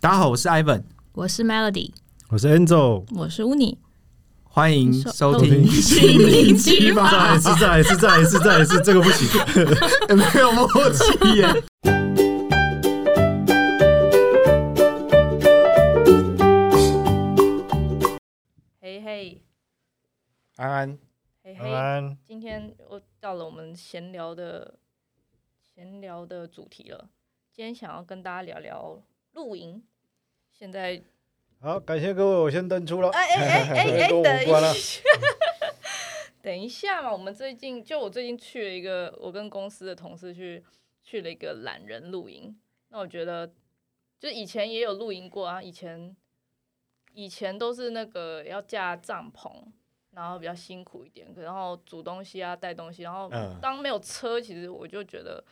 大家好，我是 Ivan，我是 Melody，我是 Angel，我是 Uni，欢迎收听听。心灵奇再 来一次，再来一次，再来一次，再来一次，这个不行。没有默契耶。嘿嘿安安，嘿晚嘿，安，今天又到了我们闲聊的闲聊的主题了。今天想要跟大家聊聊露营。现在， 好，感谢各位，我先登出了。哎哎哎哎哎，跟我等无关了啊一。下， 等一下嘛。我们最近就我最近去了一个，我跟公司的同事去去了一个懒人露营。那我觉得，就以前也有露营过啊，以前以前都是那个要架帐篷，然后比较辛苦一点，然后煮东西啊、带东西，然后嗯当没有车，其实我就觉得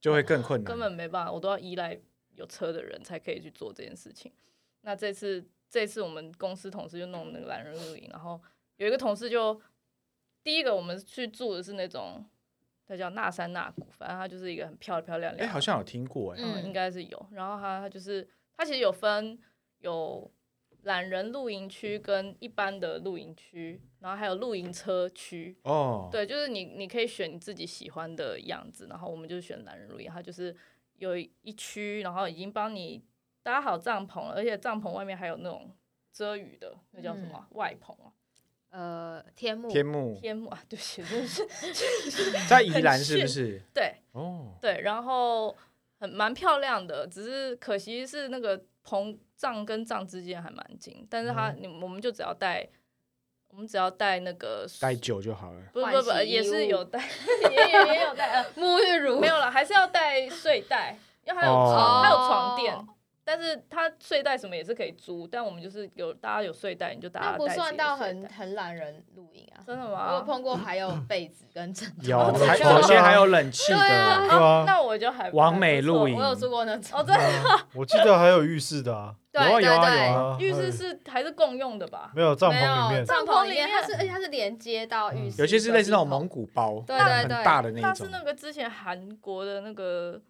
就会更困难。根本没办法，我都要依赖有车的人才可以去做这件事情。那这次这次我们公司同事就弄那个懒人露营，然后有一个同事就第一个我们去住的是那种，它叫那山那谷，反正它就是一个很漂漂亮哎、亮，好像有听过哎、嗯，嗯应该是有。然后它它就是它其实有分有懒人露营区跟一般的露营区，然后还有露营车区。哦，对，就是你你可以选你自己喜欢的样子，然后我们就选懒人露营，它就是有一区，然后已经帮你搭好帐篷了，而且帐篷外面还有那种遮雨的，那叫什么啊、外棚啊？呃，天幕，天幕天幕啊，对不起，真的是 在宜兰是不是？对哦，对，然后很蛮漂亮的，只是可惜是那个棚帐跟帐之间还蛮近，但是嗯它、你我们就只要带，我们只要带那个带酒就好了。不换不不，洗衣也是物有带，也也也有带， 呃沐 浴乳没有了，还是要带睡袋，因为它有哦床，它有床垫，但是它睡袋什么也是可以租，但我们就是有大家有睡袋，你就大家那不带自己的算到睡很袋很懒人露营啊。真的我有吗？ 碰过还有被子跟枕头， 有，这还就好有些还有冷气对的啊，对啊，那我就还完美露露营我有住过那种哦，，真 的 我记得还有浴室的啊，对有啊对有啊有对，啊，浴室是还是共用的吧？没有帐篷里面帐，帐篷篷里里面面它是，而且它是连接到浴室，嗯有些是类似那种蒙蒙，古包，对对很对，大的那那一种是。那个之前韩国的那个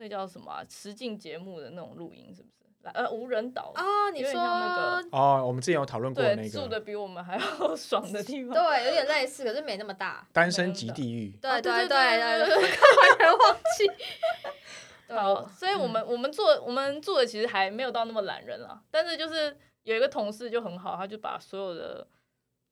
那叫什么啊实境节目的那种露营，是不是？来呃，无人岛哦，你有点说像那哦，我们之前有讨论过对，那住个的比我们还要 爽的地方。对，有点类似，可是没那么大。单身级地狱。啊哦对对对对对对对，我突然忘记。对好，所以我嗯们、我们做我们做的其实还没有到那么懒人啊，但是就是有一个同事就很好，他就把所有的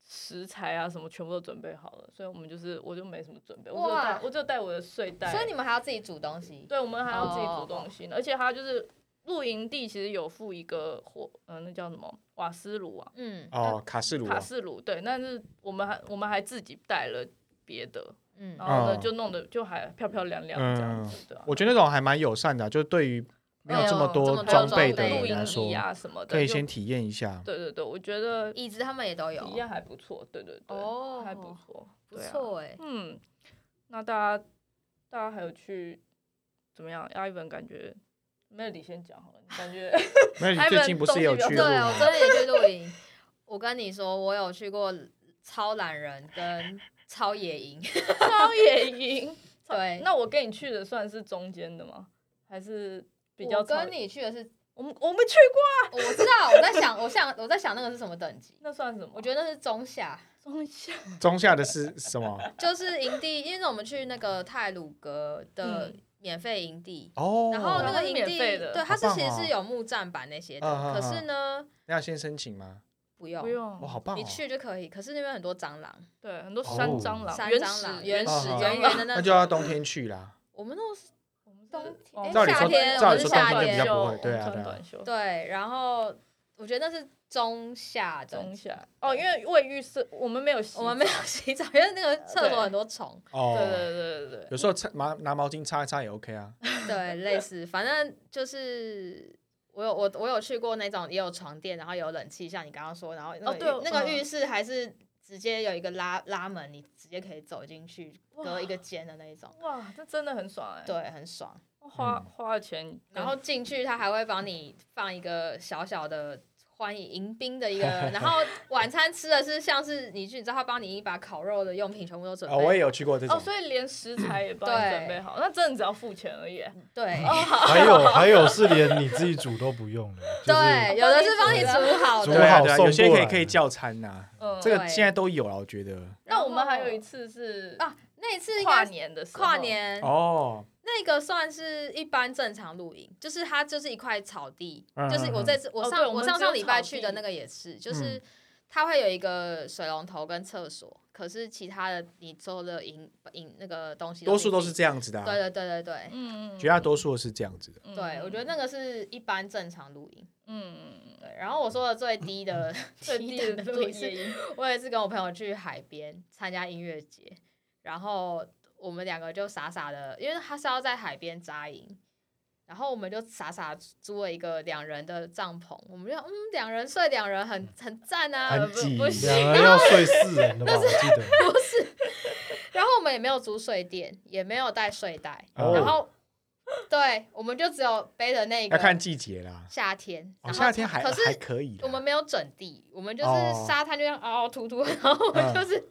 食材啊什么全部都准备好了，所以我们就是我就没什么准备，我就带哇我就带我的睡袋，所以你们还要自己煮东西。对我们还要自己煮哦东西呢，而且他就是露营地其实有附一个火，嗯、那叫什么瓦斯炉啊，嗯哦，卡式炉啊卡式炉，对，但是我们还我们还自己带了别的，嗯然，后呢哦嗯就弄得就还漂漂亮亮这样子，对啊我觉得那种还蛮友善的啊，就是对于没有这么没有多哎这么多装备的装备露人来营说衣，啊什么的，可以就先体验一下。对对对，我觉得椅子他们也都有体。验还不错，对对对，哦还不错，不对啊，错哎，嗯，那大家大家还有去怎么样？Ivan 感觉 Melody 先讲好了，你感觉那你还最蛮近不是也有东西啊去比对，啊较我露营？真的也去露营。我跟你说，我有去过超懒人跟超野营。超野营？ 对那我跟你去的算是中间的吗？还是比较我超跟你去的是，啊我们我们去过，我知道我在想，我想我在想那个是什么等级？那算什么？我觉得那是中下，中下中下的是什么？就是营地，因为我们去那个泰鲁格的嗯免费营地。哦，然后那它个是营免地，费的对，它是好棒其实哦是有木栈板那些的，嗯嗯嗯可是呢，那要先申请吗？哦不用，不用哇，好棒！你，去就可以。可是那边很多蟑螂，对，很多山哦蟑螂、啊山原蟑螂、始、原始始哦圆蟑圆螂。的那那就种。要冬天去啦。我们那种是我们是冬天哦哎照理说夏天，照我理是说夏冬天比较天，不会对啊穿对啊短袖。对，然后我觉得那是中下等中级下哦，因为卫浴是我们没有洗澡，我们没有 洗澡，因为那个厕所很多虫，哦，对对对对对，有时候擦拿拿毛巾擦一擦也 OK 啊。对，类似，反正就是我有我我有去过那种也有床垫，然后有冷气，像你刚刚说，然后那哦个浴、对那个嗯浴室还是直接有一个拉拉门，你直接可以走进去，隔一个间的那一种，哇，这真的很爽哎、对，很爽。花嗯花了钱，嗯然后进去，他还会帮你放一个小小的欢迎迎宾的一个人，然 后晚餐吃的是像是你去，你知道他帮你一把烤肉的用品全部都准备，哦，我也有去过这种哦，，所以连食材也帮你对准备好，那真的只要付钱而已。嗯对、哦还有还有是连你自己煮都不用的，就是对，有的是帮你煮好煮对啊好对啊，送有些可过以来可以叫餐呐，嗯，这个对现在都有了，我觉得。那我们还有一次是啊，那一次应跨该是年的时候，跨年哦，那个算是一般正常露营，就是它就是一块草地，嗯就是我这次我哦上、对我们上只有上礼拜草去地的那个也是，就是它会有一个水龙头跟厕所，可是其他的你做的饮饮那个东西多数都自是己这样子的啊，对对对对对。嗯，嗯绝大多数是这样子的。对，我觉得那个是一般正常露营。嗯，对，然后我说的最低的 最低低等的的都露有营是夜莺，我有一次跟我朋友去海边参加音乐节，然后我们两个就傻傻的，因为他是要在海边扎营，然后我们就傻傻租了一个两人的帐篷，我们就嗯两人睡两人很很赞啊，嗯很呃不挤不行，两人要睡四人的吧，我记得。 然后我们也没有租睡垫，也没有带睡袋，哦然后对，我们就只有背着那要看个季节啦，夏天，哦，然后夏天还可是还可以啦，我们没有整地，我们就哦嗯是沙滩就这样凹凹凸凸，然后我们就是、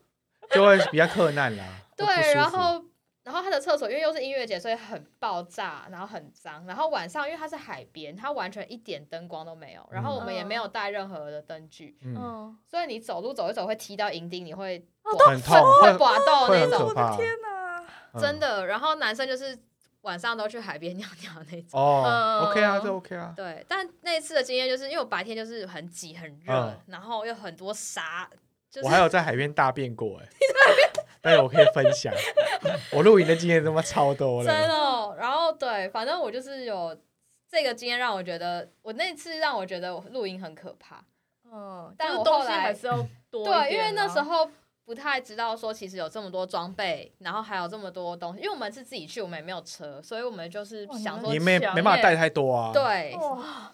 就会比较困难啦。会不舒对，服然后然后他的厕所因为又是音乐节，所以很爆炸，然后很脏，然后晚上因为它是海边，它完全一点灯光都没有，然后我们也没有带任何的灯具，嗯，嗯，所以你走路走一走会踢到营钉，你会很痛，会会刮到会那很种，可我怕的，天哪，嗯真的。然后男生就是晚上都去海边尿尿那种。哦嗯，OK 啊，这 OK 啊，对，但那一次的经验就是因为我白天就是很挤很热，嗯然后又很多沙，就是我还有在海边大便过哎，但是我可以分享， 我露营的经验他妈超多真了，哦。然后对，反正我就是有这个经验，让我觉得我那次让我觉得我露营很可怕。嗯，但就是我东后西来还是要多一点啊，对，因为那时候不太知道说其实有这么多装备，然后还有这么多东西，因为我们是自己去，我们也没有车，所以我们就是哇想你说你们没强没办法耶带太多啊，，对， 哇，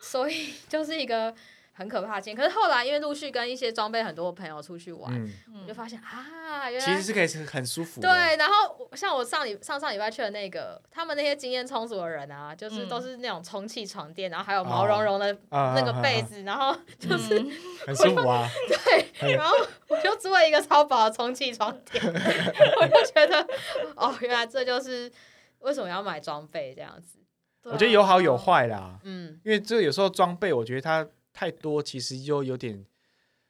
所以就是一个很可怕的经验。可是后来因为陆续跟一些装备很多的朋友出去玩，嗯，我就发现啊，原来其实是可以是很舒服的，对，然后我像我上礼上上礼拜去的那个，他们那些经验充足的人啊，就是都嗯是那种充气床垫，然后还有毛茸茸的啊，那个被啊子，然 后就是啊很舒 服啊，对，然后我就租了一个超薄的充气床垫， 我就觉得哦，原来这就是为什么要买装备这样子。我觉得有好有，坏啦，嗯，因为这有时候装备，我觉得它太多，其实又有点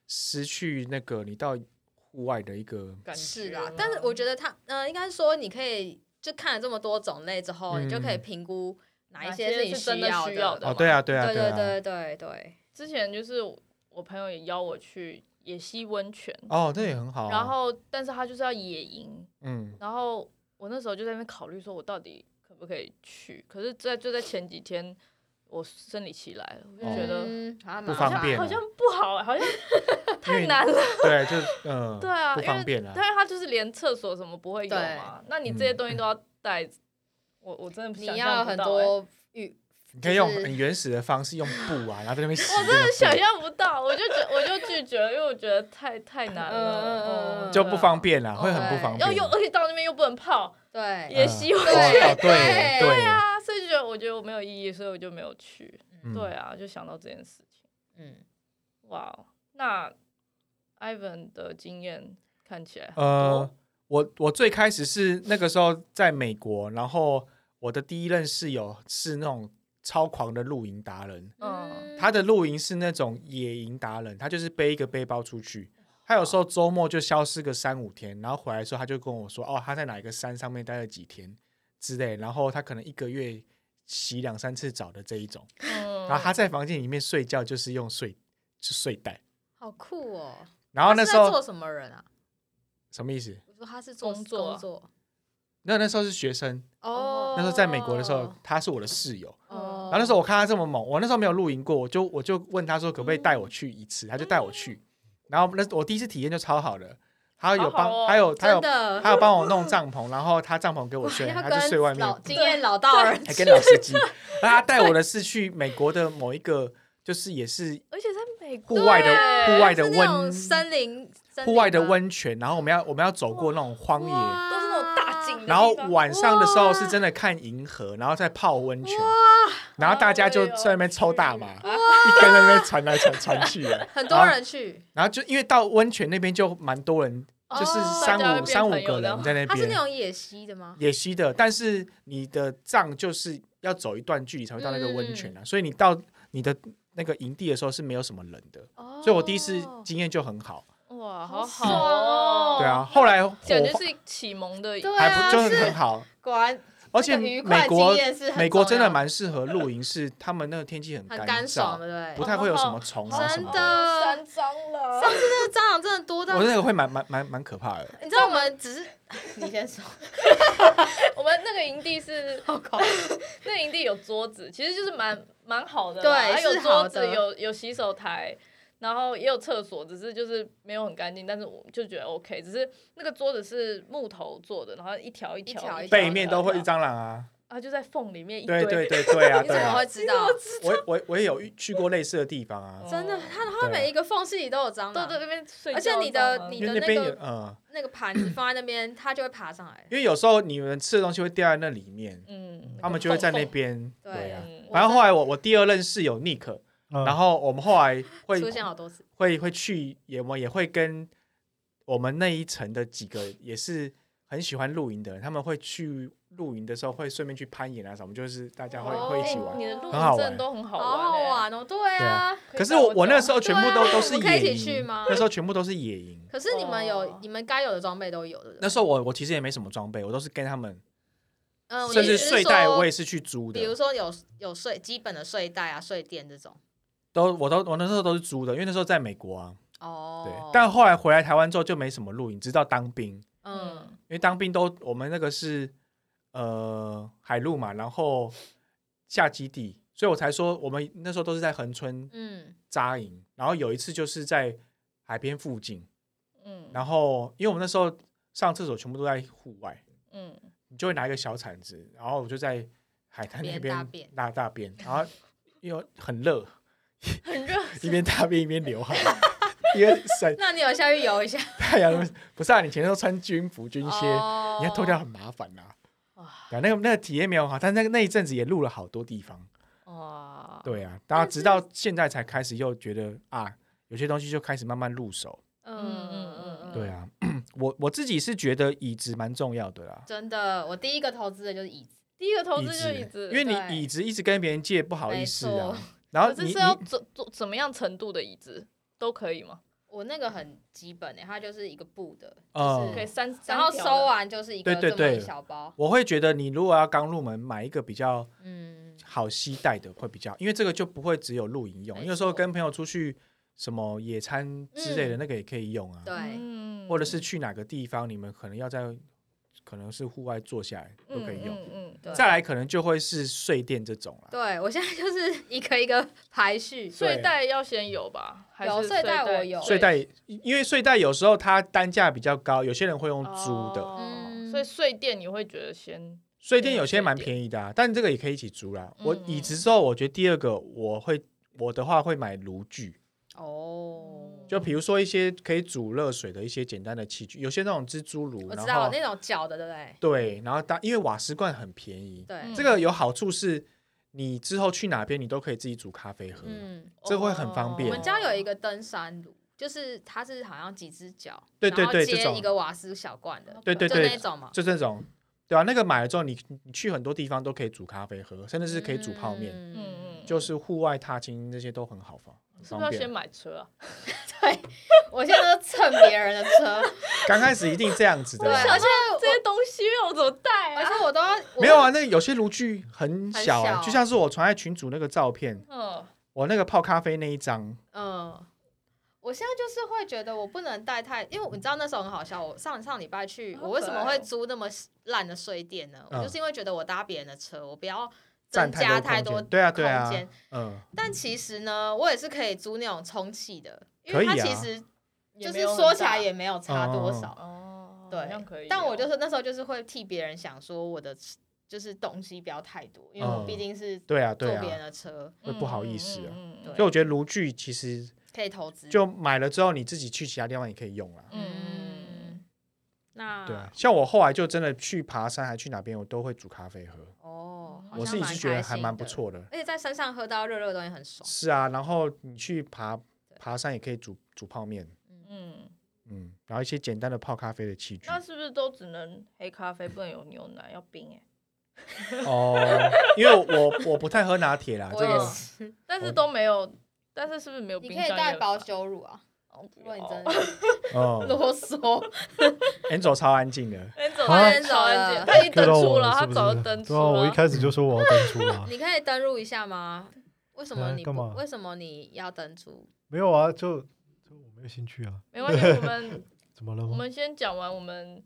失去那个你到户外的一个感是觉啦，但是我觉得它，呃，应该说你可以就看了这么多种类之后，你就可以嗯评估哪一哪些些是你是真的要需要的哦，对啊，对啊，对啊，对对对，之前就是我朋友也邀我去野溪温泉，哦，这也很好啊、然后但是他就是要野营，嗯，然后我那时候就在那边考虑说，我到底可不可以去？可是在，就在前几天，我生理期来了，我就哦觉得、嗯好像不蛮方好像便啊好像不好、好像因太为难了。对，就是 嗯，对啊，不因方为便啦。嗯但是他就是连厕所什么不会有嘛，那你这些东西都要带。我我真的你想要有象不很到欸、多预你可以用就是很原始的方式，用布啊，然后在那边洗。我真的想象不到，我就觉我就拒绝了，因为我觉得太太难嗯嗯嗯了，嗯嗯就不方。对啊便啦，哦会很不方便。要又而且到那边又不能泡，对，也希望对对 对对啊，所以就觉得我觉得我没有意义，所以我就没有去。嗯对啊，就想到这件事情。嗯，哇哦，那 Ivan 的经验看起来很多呃，我我最开始是那个时候在美国，然后我的第一任室友是那种超狂的露营达人，嗯他的露营是那种野营达人，他就是背一个背包出去。他有时候周末就消失个三五天，然后回来的时候他就跟我说，哦，他在哪一个山上面待了几天之类，然后他可能一个月洗两三次澡的这一种，哦嗯然后他在房间里面睡觉就是用睡是睡袋，好酷哦。然后他那是时在做候什么人啊？什么意思？我说他是做工作工作那那时候是学生，哦那时候在美国的时候，他是我的室友，哦，然后那时候我看他这么猛，我那时候没有露营过，我就我就问他说可不可以带我去一次，他就带我去。然后那我第一次体验就超好的，他有帮，好好哦他有他有真的他有帮我弄帐篷，然后他帐篷给我睡，要他就睡外跟面，老经验老道人还跟老司机。然后他带我的是去美国的某一个，就是也是而且在美国户外的对户外的是那种温森林，森户林外的吗温泉，然后我们要我们要走过那种荒野。哇都是那种大景的地方，然后晚上的时候哇是真的看银河，然后再泡温泉，然后大家就在那边抽大麻，哦哇，一根在那边传来传传去的。很多人去，然后就因为到温泉那边就蛮多人，就是哦三大家会五变三五朋友个这样人在那啊它是那边种野溪的吗？野溪的，但是你的帐就是要走一段距离才会到那个温泉嗯啊，所以你到你的那个营地的时候是没有什么人的，哦，所以我第一次经验就很好，哇，好好爽好哦哦！对啊，，后来我简直是启蒙的，对还不啊，就是是很好，果然而且这个愉美快国经验是很美国真重的要蛮适合露营，是他们那个天气很很干干爽燥，的，对不不对？太会有什么虫啊什真么的三张了上，次那个蟑螂真的多到我，那个会蛮蛮蛮蛮可怕的。你知道我们只是 你先说，我们那个营地是 好搞那营地有桌子，其实就是蛮蛮好的啦，对它有是桌好子，的有有洗手台，然后也有厕所，只是就是没有很干净，但是我就觉得 OK。只是那个桌子是木头做的，然后一条一一条条，一条背面都会是张，蟑螂啊，啊，就在缝里面一堆，对 对对对啊你对怎么啊会，知道？我我我 也有去过类似的地方啊哦，真的，它它每一个缝隙里都有蟑都螂，在那边睡觉，而且你的知道吗你因的为那边那有个嗯，那个盘子放在那边，它就会爬上来。因为有时候你们吃的东西会掉在那里面，嗯，他们就会在那边。对对啊，嗯我反正后来我我第二任室友 Nick，嗯然后我们后来会出现好多次，会会去，也我们也会跟我们那一层的几个也是很喜欢露营的人，他们会去露营的时候会顺便去攀岩啊什么，就是大家会哦会一起哎玩。你的露很好营玩真的都很好好好欸，玩哦！对啊，可是我我那时候候全部都对啊都是我们可以一野起去营吗，那时候全部都是野营。可是你们有哦你们该有的装备都有的，那时候我我其实也没什么装备，我都是跟他们，嗯，我甚的至意思是睡袋说我也是去租的比，如说有有睡基本的睡袋啊、睡垫这种。都我都我那时候都是租的，因为那时候在美国啊。对，哦，但后来回来台湾之后就没什么露营，直到当兵，因嗯，为当兵都我们那个是呃海陆嘛，然后下基地，所以我才说我们那时候都是在恒春嗯，扎营，然后有一次就是在海边附近，嗯然后因为我们那时候上厕所全部都在户外，嗯嗯你就会拿一个小铲子，然后我就在海滩那边边大便拉大便，然后又很 热，很热，一边大便一边流汗，因为晒那你有下去游一下？太阳不是啊，你全都穿军服军靴，哦你要脱掉很麻烦呐、哇对啊，那个那个体验没有很好，但那个那一阵子也录了好多地方。哇，对啊，然后直到现在才开始又觉得啊，有些东西就开始慢慢入手。嗯嗯嗯嗯，对，啊， 我我自己是觉得椅子蛮重要的啦。真的，我第一个投资的就是椅子，第一个投哦椅资子就是椅欸，子，因为对你椅子一直跟别人借，不好意没思啊错。然后可你是你是要怎怎怎么样程度的椅子都可以吗？我那个很基本欸的，它就是一个布的，哦就可以是三，然三条后的收完就是一个对对这么一对小包，我会觉得你如果要刚入门，买一个比较嗯，好携带的会比较，因为这个就不会只有露营用，没你有时候错跟朋友出去什么野餐之类的嗯那个也可以用啊，对，嗯或者是去哪个地方，你们可能要在可能是户外坐下来都可以用。嗯嗯，对再来可能就会是睡垫这种了，对我现在就是一个一个排序，对睡袋要先有吧？还有是睡袋我有睡袋因为睡袋有时候它单价比较高，有些人会用租的，哦嗯所以睡垫你会觉得先睡垫有些蛮对便宜的、啊，但这个也可以一起租啦。嗯我椅子之后，我觉得第二个我会我的话会买炉具，嗯哦，就比如说一些可以煮热水的一些简单的器具，有些那种蜘蛛炉，我知然道后那种脚的，对不对？对，然后当因为瓦斯罐很便宜，对，嗯这个有好处是，你之后去哪边你都可以自己煮咖啡喝，嗯，这会很哦方便我们家有一个登山炉。就是它是好像几只脚，对对对然后这接种一个瓦斯小罐的，对对就对那种嘛，就这种，对啊，那个买了之后你，你去很多地方都可以煮咖啡喝，甚至是可以煮泡面，嗯嗯嗯，就是户外踏青这些都很好方，很是不方是要先便。买车 啊？对，我现在都蹭别人的车， 刚开始一定这样子的对，啊啦，而且这些东西我怎么带而啊？且我都要没有，啊，那个有些炉具很很小、啊，小就像是我传在群组那个照片，嗯，我那个泡咖啡那一张，我嗯。我现在就是会觉得我不能带太，因为你知道那时候很好笑。我上上礼拜去，好可爱哦我为什么会租那么烂的睡垫呢？嗯我就是因为觉得我搭别人的车，我不要增占加太太多多空间对啊，对啊空间，嗯，但其实呢，我也是可以租那种充气的，因可为以它啊其实也就没是有很说起大来也没有差多少。哦，对好像可以哦。但我就是那时候就是会替别人想说，我的就是东西不要太多，因为我嗯毕竟是对啊，坐对啊别，人的车，会不好意思啊嗯对所以我觉得炉具其实可以投资。就买了之后，你自己去其他地方也可以用啦。嗯，那啊嗯对啊，像我后来就真的去爬山，还去哪边，我都会煮咖啡喝。哦，哦，好我像自己蛮是觉得开还心蛮不的。错的。而且在山上喝到热热的东西很爽，是啊，然后你去爬爬山也可以煮煮泡面，嗯，嗯，然后一些简单的泡咖啡的器具那。是不是都只能黑咖啡，不能有牛奶，要冰哎、哦，因为我我不太喝拿铁 啊啦，这我也个是。但是都没有，但是是不是没有哦你冰可箱以也有法？带包羞辱啊， 哦，如如果你真 的嗯啰嗦，，，Enzo 超安静的，哎，走啊了，走了，他已经看登到出我了，他是不早是就？登出对啊，我一了。开始就说我要登出啊你可以登录一下吗？为什么嗯啊你干不嘛为什么你要登出？没有啊，就就我没有兴趣啊，没关系，我们怎么了我吗？们先讲完我们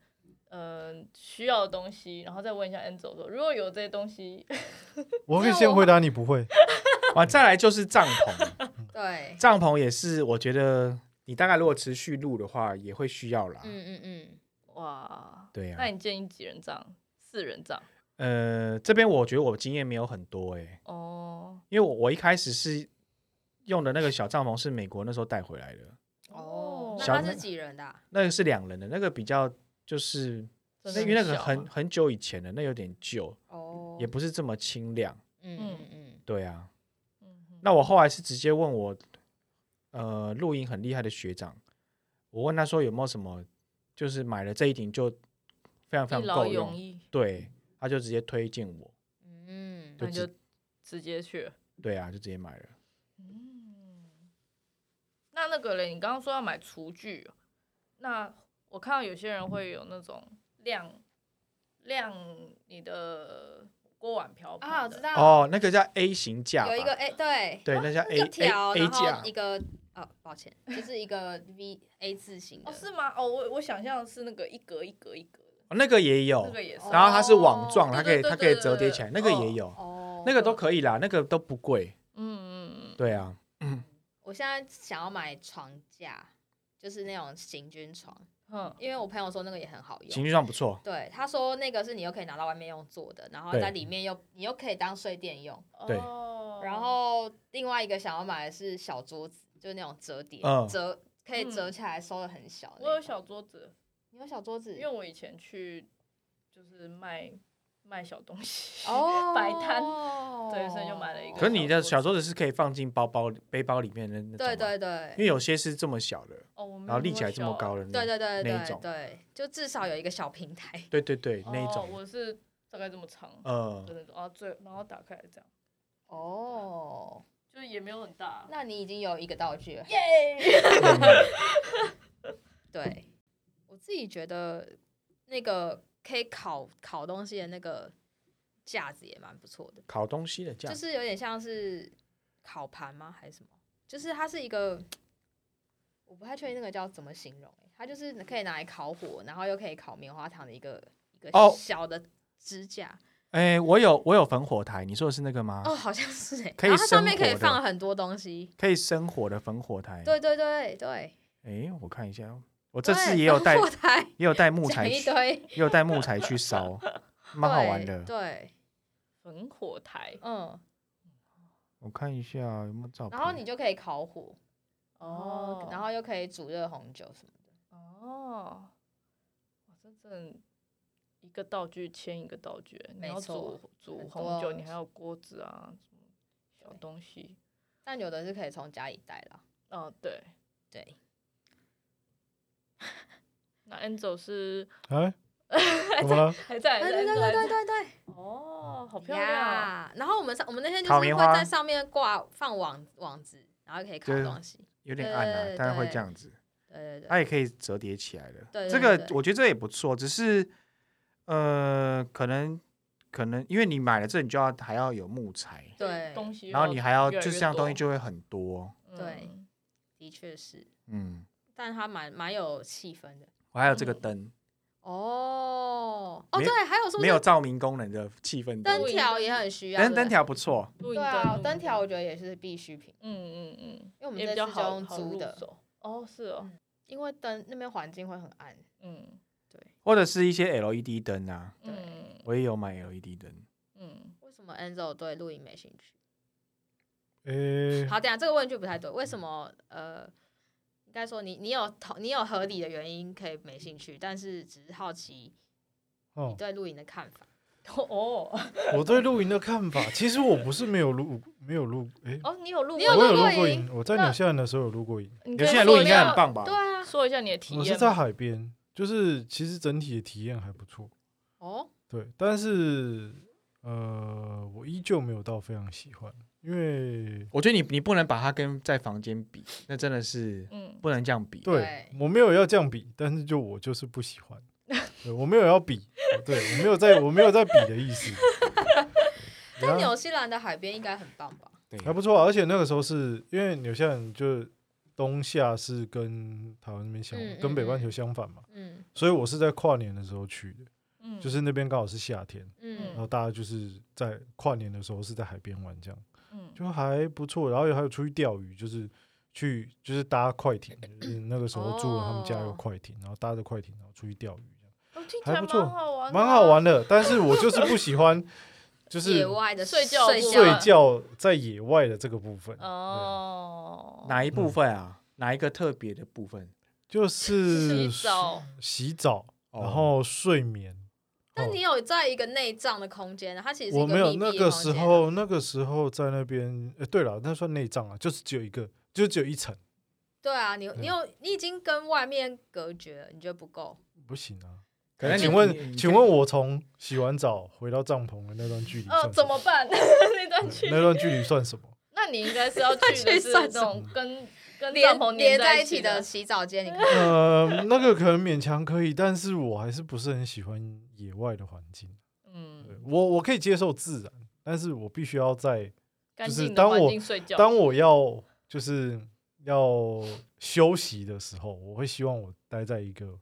呃需要的东西，然后再问一下 Enzo 说，如果有这些东西， 我可以那先我回答你不会，啊，再来就是帐篷，对，帐篷也嗯是我觉得你大概如果持续录的话，也会需要啦。嗯嗯嗯，哇，对啊呀、那你建议几人帐？四人帐？呃，这边我觉得我经验没有很多欸诶、哦因为我我一开始是用的那个小帐篷是美国那时候带回来的，哦，那啊小他那是几人的啊？那个是两人的，那个比较就是真那的因为那很个小很吗很久以前的，那有点旧，哦，也不是这么清亮。嗯嗯嗯，对啊，嗯哼那我后来是直接问我，呃，露营很厉害的学长，我问他说有没有什么，就是买了这一顶就非常非常一劳够永用，逸，对，他就直接推荐我，嗯，那就你直就直接去了。对啊，就直接买了。嗯，那那个嘞，你刚刚说要买厨具，哦那我看到有些人会有那种晾晾你的锅碗瓢盆啊，我的知道，哦，那个叫 A 型架吧，有一个 A 对对，那叫一 A 个条， A A 然后架一，个哦，抱歉，就是一个 V A 字形的，哦，是吗？哦，我我想象的是那个一格一格一格的，哦那个也有那，个也是。然后它是网哦状，它可对以对它可对以对折叠对起来，那个也哦有，哦，那个都可以啦，那个都不贵。嗯嗯嗯，对啊，我现在想要买床架，就是那种行军床，嗯，因为我朋友说那个也很好情用。绪上不错。对，他说那个是你又可以拿到外面用做的，然后对在里面又你又可以当睡垫用。对哦然后另外一个想要买的是小桌子，就是那种折叠、嗯折可以折嗯起来收的很小的那种。我有小桌子，你有小桌子因为我以前去就是卖卖小东西，哦， 摆摊对所以就买了一个可是你的小小桌桌子是可以放进包包里背包里面的那种对吗，对因为对。有些是这么小的，哦，我没然后有立那起来这么小高的那，对对对那对一种对，就至少有一个小平台。 对对对哦那一种，我是大概这么长呃的，那种，啊，最然后打开来这样，哦，就是也没有很大。啊那你已经有一个道具了。耶！对，我自己觉得那个可以烤烤东西的那个架子也蛮不错的，烤东西的架就子，是有点像是烤盘吗？还是什么？就是它是一个，我不太确定那个叫怎么形容、欸，它就是可以拿来烤火，然后又可以烤棉花糖的一个一个哦小的支架。哎，我有我有焚火台，你说的是那个吗？哦，好像是哎、可以然后它上面生可以火的放很多东西。可以生火的焚火台，对对对对，哎，我看一下哦，我这对次也有防带火台也有带木 讲材一去，堆，也有带木材去 烧，蛮好玩对的。对，焚火台嗯，我看一下哦有没有照片，然后你就可以烤火。哦，然后又可以煮热红酒什么的。哦，哇，这真一个道具牵一个道具，欸你没要错煮煮很红酒，多你还有锅子啊，什么小对东西。但有的是可以从家里带啦。哦，对，对， 那 Enzo 是哎，怎么了？还在，还在对对对还在对对对哦，好对，漂亮啊！呀！然后我们上我们那天就烤是棉会花在上面挂放网网子，然后可以烤对啊东西。有点暗了、对但是会对这样子，对对对，它也可以折叠起来的。对这对个对我觉得这也不错，只是呃，可能可能因为你买了这，你就要还要有木材，就是对东西又越然来越多，后你还要就是这样东西就会很多。对嗯的确是，嗯，但它蛮蛮有气氛的。我还有这个嗯灯，哦哦，没对，还有是不没有是照明功能的气氛灯灯，影条也很需要？灯对灯条不错。录影对啊，录灯影条我觉得也是必需品，嗯嗯嗯，因为我们也这比较次就好用好租入的，手。哦，是哦，因为灯那边环境会很暗。嗯对，或者是一些 LED 灯啊，对嗯我也有买 LED 灯。嗯，为什么 Enzo 对露营没兴趣？哎， 好，等一下这个问句不太对，为什么？呃，应该说你你有同你有合理的原因可以没兴趣，但是只是好奇你哦，对露营的看法。哦我对露营的看法，其实我不是没有露，没有露，诶，哦，你有录过？你有我有露过露过营营，我在那纽西兰的时候有露过营，你有跟些我人露营应一该下很棒吧？对啊，说一下你的体验我吧。是在海边，就是其实整体的体验还不错，哦，对，但是呃，我依旧没有到非常喜欢，因为我觉得你你不能把它跟在房间比，那真的是嗯，不能这样比。对对我没有要这样比，但是就我就是不喜 欢，对我没有要比，哦对我没有在我没有在比的意思，对 但啊纽西兰的海边应该很棒吧？对还不错啊、而且那个时候是因为纽西兰就冬夏是跟台湾那边相、嗯嗯跟北半球相反嘛，嗯所以我是在跨年的时候去的，嗯就是那边刚好是夏天，然嗯，后大家就是在跨年的时候是在海边玩，这样嗯就还不错。然后还有出去钓鱼，就是去就是搭快艇，就是那个时候住了他们家有快艇，然后搭着快艇然后出去钓鱼，哦听起还来不错蛮好玩的啊，蛮好玩的。但是我就是不喜欢，嗯就是野外的睡觉睡部觉分睡觉在野外的这个部分。对哦。哪一部分嗯啊？哪一个特别的部分？就洗是澡洗澡，哦然后睡眠。但哦你有在一个内帐的空间，它其实是我一没有密那闭个空时间啊候，那个时候在那边，呃，对了，那算内帐啊，就是只有一个，就只有一层，对啊，你你嗯有你已经跟外面隔绝了，你觉得不够？不行啊。可哎能你请你你问，请问我从洗完澡回到帐篷的那段距离算什呃，么，怎么办？ 那段对去，那段距离 算什么？那你应该是要去去就是那算什么种跟跟帐连篷连在在一起的的，洗澡间，你看，呃，那个可能勉强可以，但是我还是不是很喜欢野外的环境。对嗯，我我可以接受自然，但是我必须要在干就是净的当环我境睡觉。当我要就是要休息的时候，我会希望我待在一个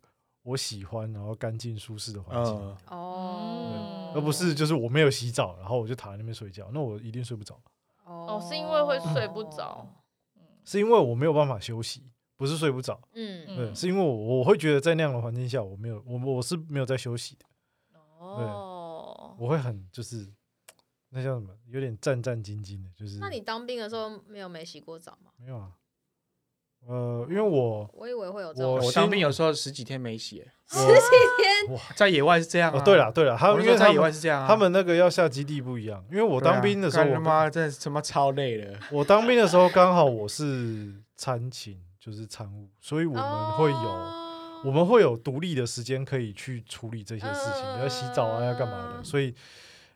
我喜欢然后干净舒适的环境里嗯面，嗯哦哦，而不是就是我没有洗澡，然后我就躺在那边睡觉，那我一定睡不着，哦是因为会睡不着，是因为我没有办法休息，不是睡不着，嗯，对，嗯是因为我我会觉得在那样的环境下，我没有我我是没有在休息的，哦，我会很就是那叫什么，有点战战兢兢的，就是嗯那你当兵的时候没有没洗过澡吗？没有啊，呃，因为我我以为会有这我种我心当兵有时候十几天没洗，我天，在野外是这样啊。哦对了，了对了，他我们是因为说在他野们外是这样啊。他们那个要下基地不一样，因为我对啊当兵的时候，干他我妈真的是他妈超累了。我当兵的时候刚好我是参勤，就是参务，所以我我们会有、哦我们会有独立的时间可以去处理这些事情，嗯要洗澡啊，要干嘛的，所以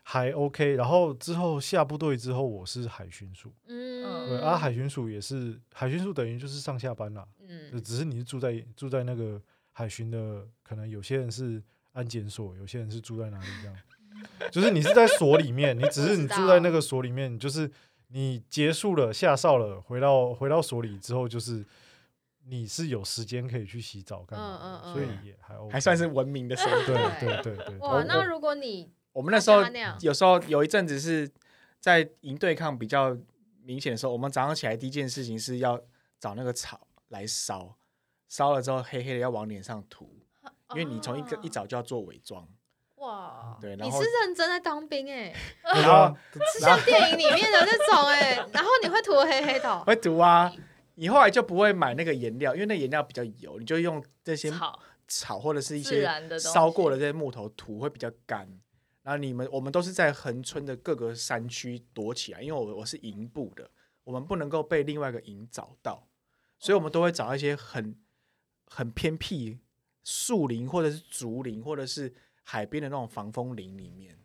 还 OK。然后之后下部队之后，我是海巡署，对、嗯啊，海巡署也是海巡署等于就是上下班啦，嗯只是你是住在住在那个海巡的，可能有些人是安检所，有些人是住在哪里这样，就是你是在所里面， 你只是你住在那个所里面，就是你结束了下哨了，回到回到所里之后，就是你是有时间可以去洗澡干嘛的，嗯嗯嗯所以也还 OK，还算是文明的生活。哦 对对对对对，哇，我那如果你我们那时候像他那样有时候有一阵子是在营对抗比较明显的时候，我们早上起来第一件事情是要找那个草来烧，烧了之后黑黑的要往脸上涂，因为你从一个一早就要做伪装，啊哇，对，然哦你后是认真在当兵哎，对 然后啊是像电影里面的那种哎，然后你会涂黑黑的哦， 会涂啊。你后来就不会买那个颜料，因为那颜料比较油，你就用这些草草或者是一自些然的东西烧过的这些木头土会比较干。然后你们我们都是在恒春的各个山区躲起来，因为我我是营部的，我们不能够被另外一个营找到，所以我们都会找一些很很偏僻树林或者是竹林或者是海边的那种防风林里面，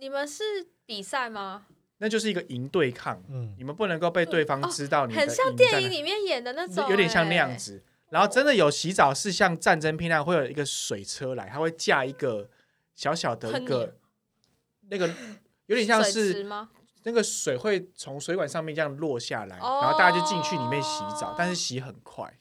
你们是比赛吗？那就是一个营对抗，嗯你们不能够被对方知道你的、很像电影里面演的那种，有点像那样哎。子。然后真的有洗澡是像战争片那样，会有一个水车来，它会架一个小小的一喷个那个，有点像水池是吗？那个水会从水管上面这样落下来，哦然后大家就进去里面洗澡，但是洗很快。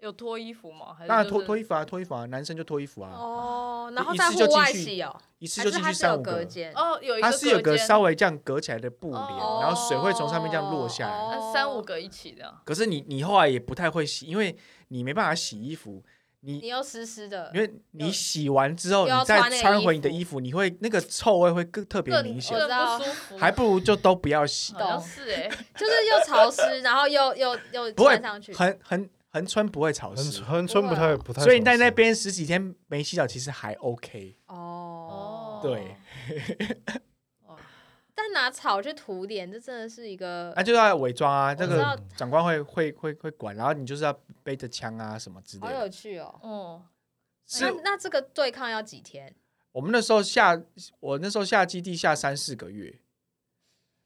有脱衣服吗？还是当然就脱是脱衣服啊，脱衣服啊，男生就脱衣服啊，哦，然一后次在就户进外去洗哦，一次还就是进它去是有三五隔个。间？哦，有一它个是有隔个间稍微这样隔起来的布帘，哦然后水会从上面这样落下来。哦呃三五个一起的啊，可是你你后来也不太会洗，因为你没办法洗衣服，你你又湿湿的，因为你洗完之后，又要你再穿那个穿回衣你的服衣服，你会那个臭味会更特别更明显我，知更道哦不舒服， 还不如就都不要洗好。像懂是哎，就是又潮湿，然后又又又不会穿上去，横横横穿不会潮横湿，横村不太不太熟悉，所以你在那边十几天没洗澡其实还 OK。哦对，哇，但拿草去涂脸，这真的是一个那就要伪装啊，这知道个长官会会会会管，然后你就是要背着枪啊什么之类好有的。趣哦。哦，是那那这个对抗要几天？我们那时候下，我那时候下基地下三四个月，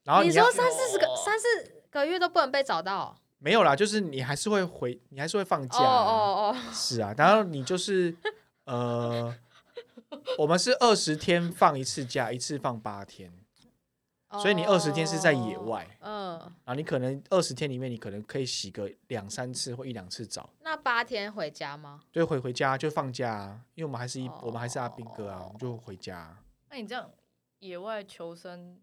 然后你要说三四十个、哦三四个月都不能被找到？没有啦，就是你还是会回，你还是会放哦假、啊。哦哦，是啊，然后你就是呃，我们是二十天放一次假，一次放八天，哦所以你20天是在野外嗯，然后你可能二十天里面，你可能可以洗个两三次或一两次澡，那八天回家吗？就回回家就放假啊，因为我们还是一、我们还是阿兵哥啊，哦我们就回家、啊。那你这样野外求生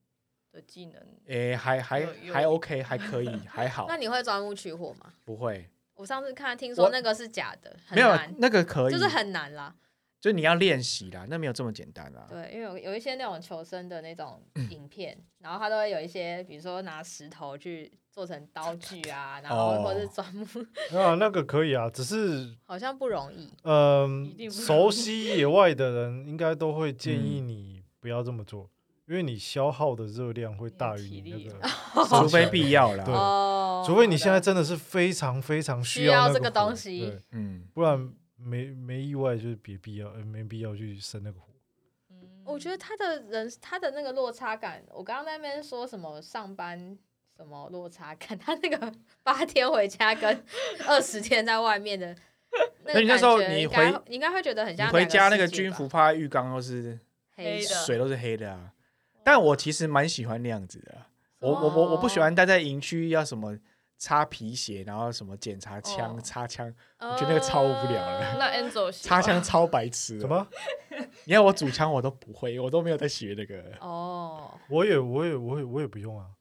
的技能，诶、还还有有还 OK，还 可以，还好那，你会钻木取火吗？不会，我上次看听说我那个是假的，很没有难，那个可以，就是很难啦。就你要练习啦，那没有这么简单啊啦。对，因为有有一些那种求生的那种嗯影片，然后他都会有一些，比如说拿石头去做成刀具啊，然后或是哦钻木，啊，那个可以啊，只是 好像不容易。嗯一定，不熟悉野外的人应该都会建议嗯，你不要这么做，因为你消耗的热量会大于体你力那个剩除非下必的，要 啦。对哦，除非好你的现在真的是非常非常需要要那这个个东火西对嗯，不然没没意外就是别必要，呃，没必要去生那个火。嗯我觉得他的人他的那个落差感，我刚刚在那边说什么上班什么落差感， 他那个八天回家跟二十天在外面的那那个你感那时候觉你应该回你应该会觉得很你像回两家那个世界军吧服趴在浴缸都是黑黑的的水都是黑的啊。但我其实蛮喜欢那样子的啊。我我我我不喜哦欢待在营区，要什么擦皮鞋，然后什么检查枪、哦擦枪，我觉得那个超无聊的嗯那 Enzo 喜擦欢 枪超白痴。什？么？你看我主枪我都不会，我都没有在学那个。 哦，我也我也我也我也不用啊，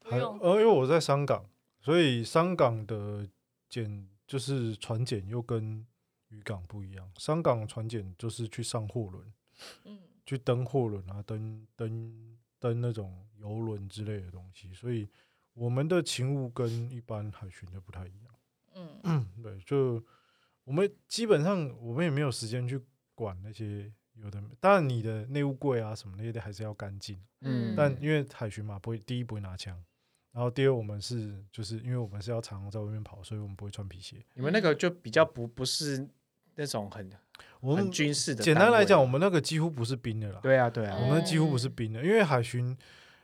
不还用呃，因为我在香港，所以香港的检就是船检又跟渔港不一样。香港船检就是去上货轮，嗯去登货轮啊，登登登那种游轮之类的东西，所以我们的勤务跟一般海巡的不太一样。嗯，对，就我们基本上我们也没有时间去管那些有的没，当然你的内务柜啊什么那些的还是要干净，嗯，但因为海巡嘛，不会第一不会拿枪，然后第二我们是就是因为我们是要常常在外面跑，所以我们不会穿皮鞋。你们那个就比较不不是那种很我们很军事的单位。简啊单来讲，我们那个几乎不是冰的啦，对啊对啊，我们哦几乎不是冰的，因为海巡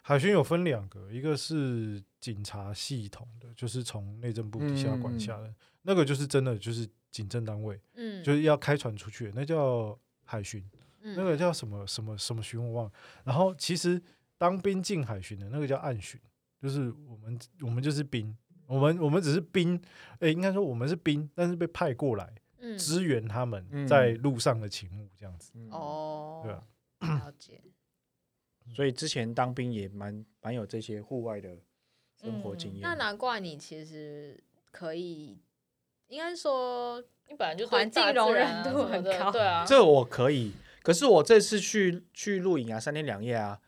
海巡有分两个，一个是警察系统的，就是从内政部底下管辖的，那个就是真的就是警政单位。嗯，就是要开船出去，那叫海巡，那那个叫什么什么什么巡我忘了。然后其实当兵进海巡的那个叫暗巡，就是我们我们就是兵，我们我们只是兵，诶、应该说我们是兵，但是被派过来嗯支援他们嗯在路上的勤务这样子。嗯，对哦啊，了解， 所以之前当兵也蛮蛮有这些户外的生活嗯经验。那难怪你其实可以，应该说你本来就对环境大自容然啊忍度什么很的高对啊， 这我可以，可是我这次去去露营啊，三天两夜啊，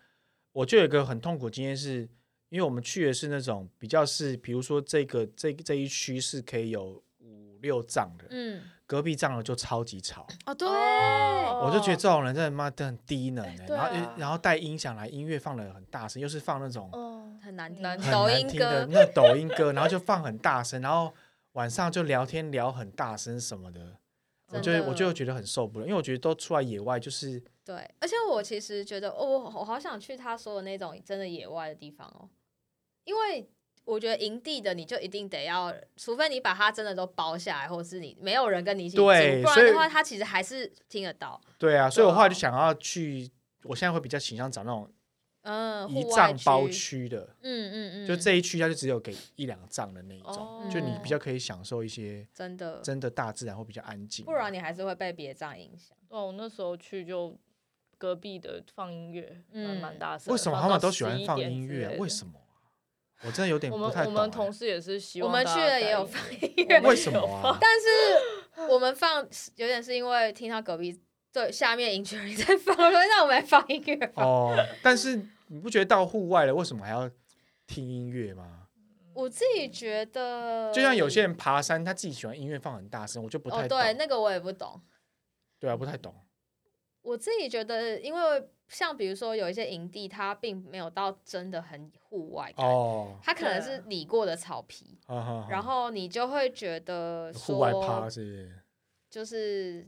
我就有一个很痛苦的经验是，因为我们去的是那种比较是，比如说这个这这一区是可以有五六帐的，嗯，隔壁帐的就超级吵，哦对，哦我就觉得这种人真的妈的很低能、哎欸，对然后、啊然后带音响来，音乐放的很大声，又是放那种哦，很难听，难很抖难音听的歌，那抖音歌，然后就放很大声，然后晚上就聊天聊很大声什么的。我就真的我就觉得很受不了，因为我觉得都出来野外就是对，而且我其实觉得，哦，我我好想去他说的那种真的野外的地方哦，因为我觉得营地的你就一定得要，除非你把它真的都包下来，或是你没有人跟你一起住，不对然的所话，以他其实还是听得到，对啊，所以我后来就啊想要去，我现在会比较倾向找那种嗯，一户外帐包区，区的，嗯嗯嗯，就这一区它就只有给一两帐的那一种，哦就你比较可以享受一些真的，真的大自然会比较安静。呃不然你还是会被别仗影响。对啊，我那时候去就隔壁的放音乐，嗯嗯，蛮大声的。为什么他放到们都喜欢11放点音之乐啊类？的为什么啊？我真的有点我不们太我懂们同欸。事也是希我望们去大家了也有带放音 音乐，为什么啊？但是我们放有点是因为听到隔壁对下面营区人在放，所以那我们来放音乐吧。哦，但是你不觉得到户外了，为什么还要听音乐吗？我自己觉得，就像有些人爬山，他自己喜欢音乐放很大声，我就不哦，太懂。对，那个我也不懂。对啊，不太懂。我自己觉得，因为像比如说有一些营地，它并没有到真的很户外感，哦，它可能对是理过的草皮，哈哈然后你就会觉得户外说趴，是不是就是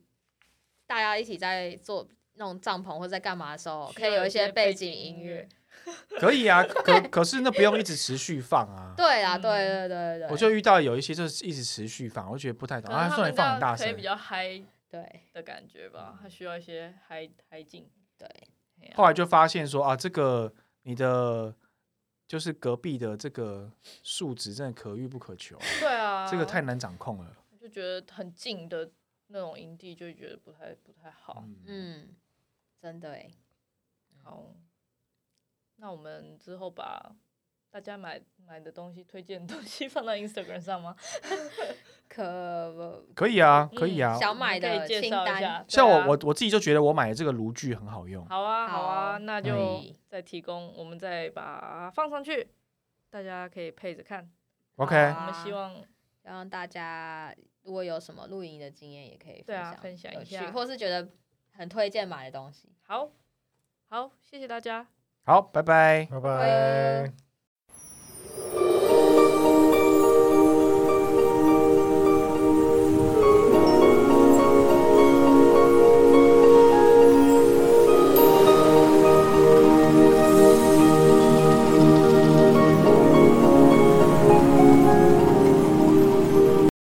大家一起在做弄帐篷或者在干嘛的时候，需可以要有有一一些些背背景景音音乐乐。可以啊，可可是那不用一直持续放啊。对啦，嗯对对对对对，我就遇到有一些就是一直持续放，我觉得不太可懂能啊，他算们这你放样很大可以声比。较嗨对的感觉吧，他需要一些嗨嗨劲。对嘿啊，后来就发现说啊，这个你的就是隔壁的这个数值真的可遇不可求啊，对啊，这个太难掌控了。就觉得很近的那种营地，就觉得不太不太好。嗯，嗯，真的欸好，那我们之后把大家买买的东西、推荐的东西 放到 Instagram 上吗？可可以啊，可以啊。小我们买可以的介清绍一单，下，对像啊我我我自己就觉得我买的这个炉具很好用，好啊好啊，好那可就以再提供，我们再把它放上去，大家可以配着看。 OK，我们希望让大家如果有什么露营的经验，也可以对啊分享有一趣下或是觉得很推荐买的东西。好好，谢谢大家。好，拜拜。拜拜拜。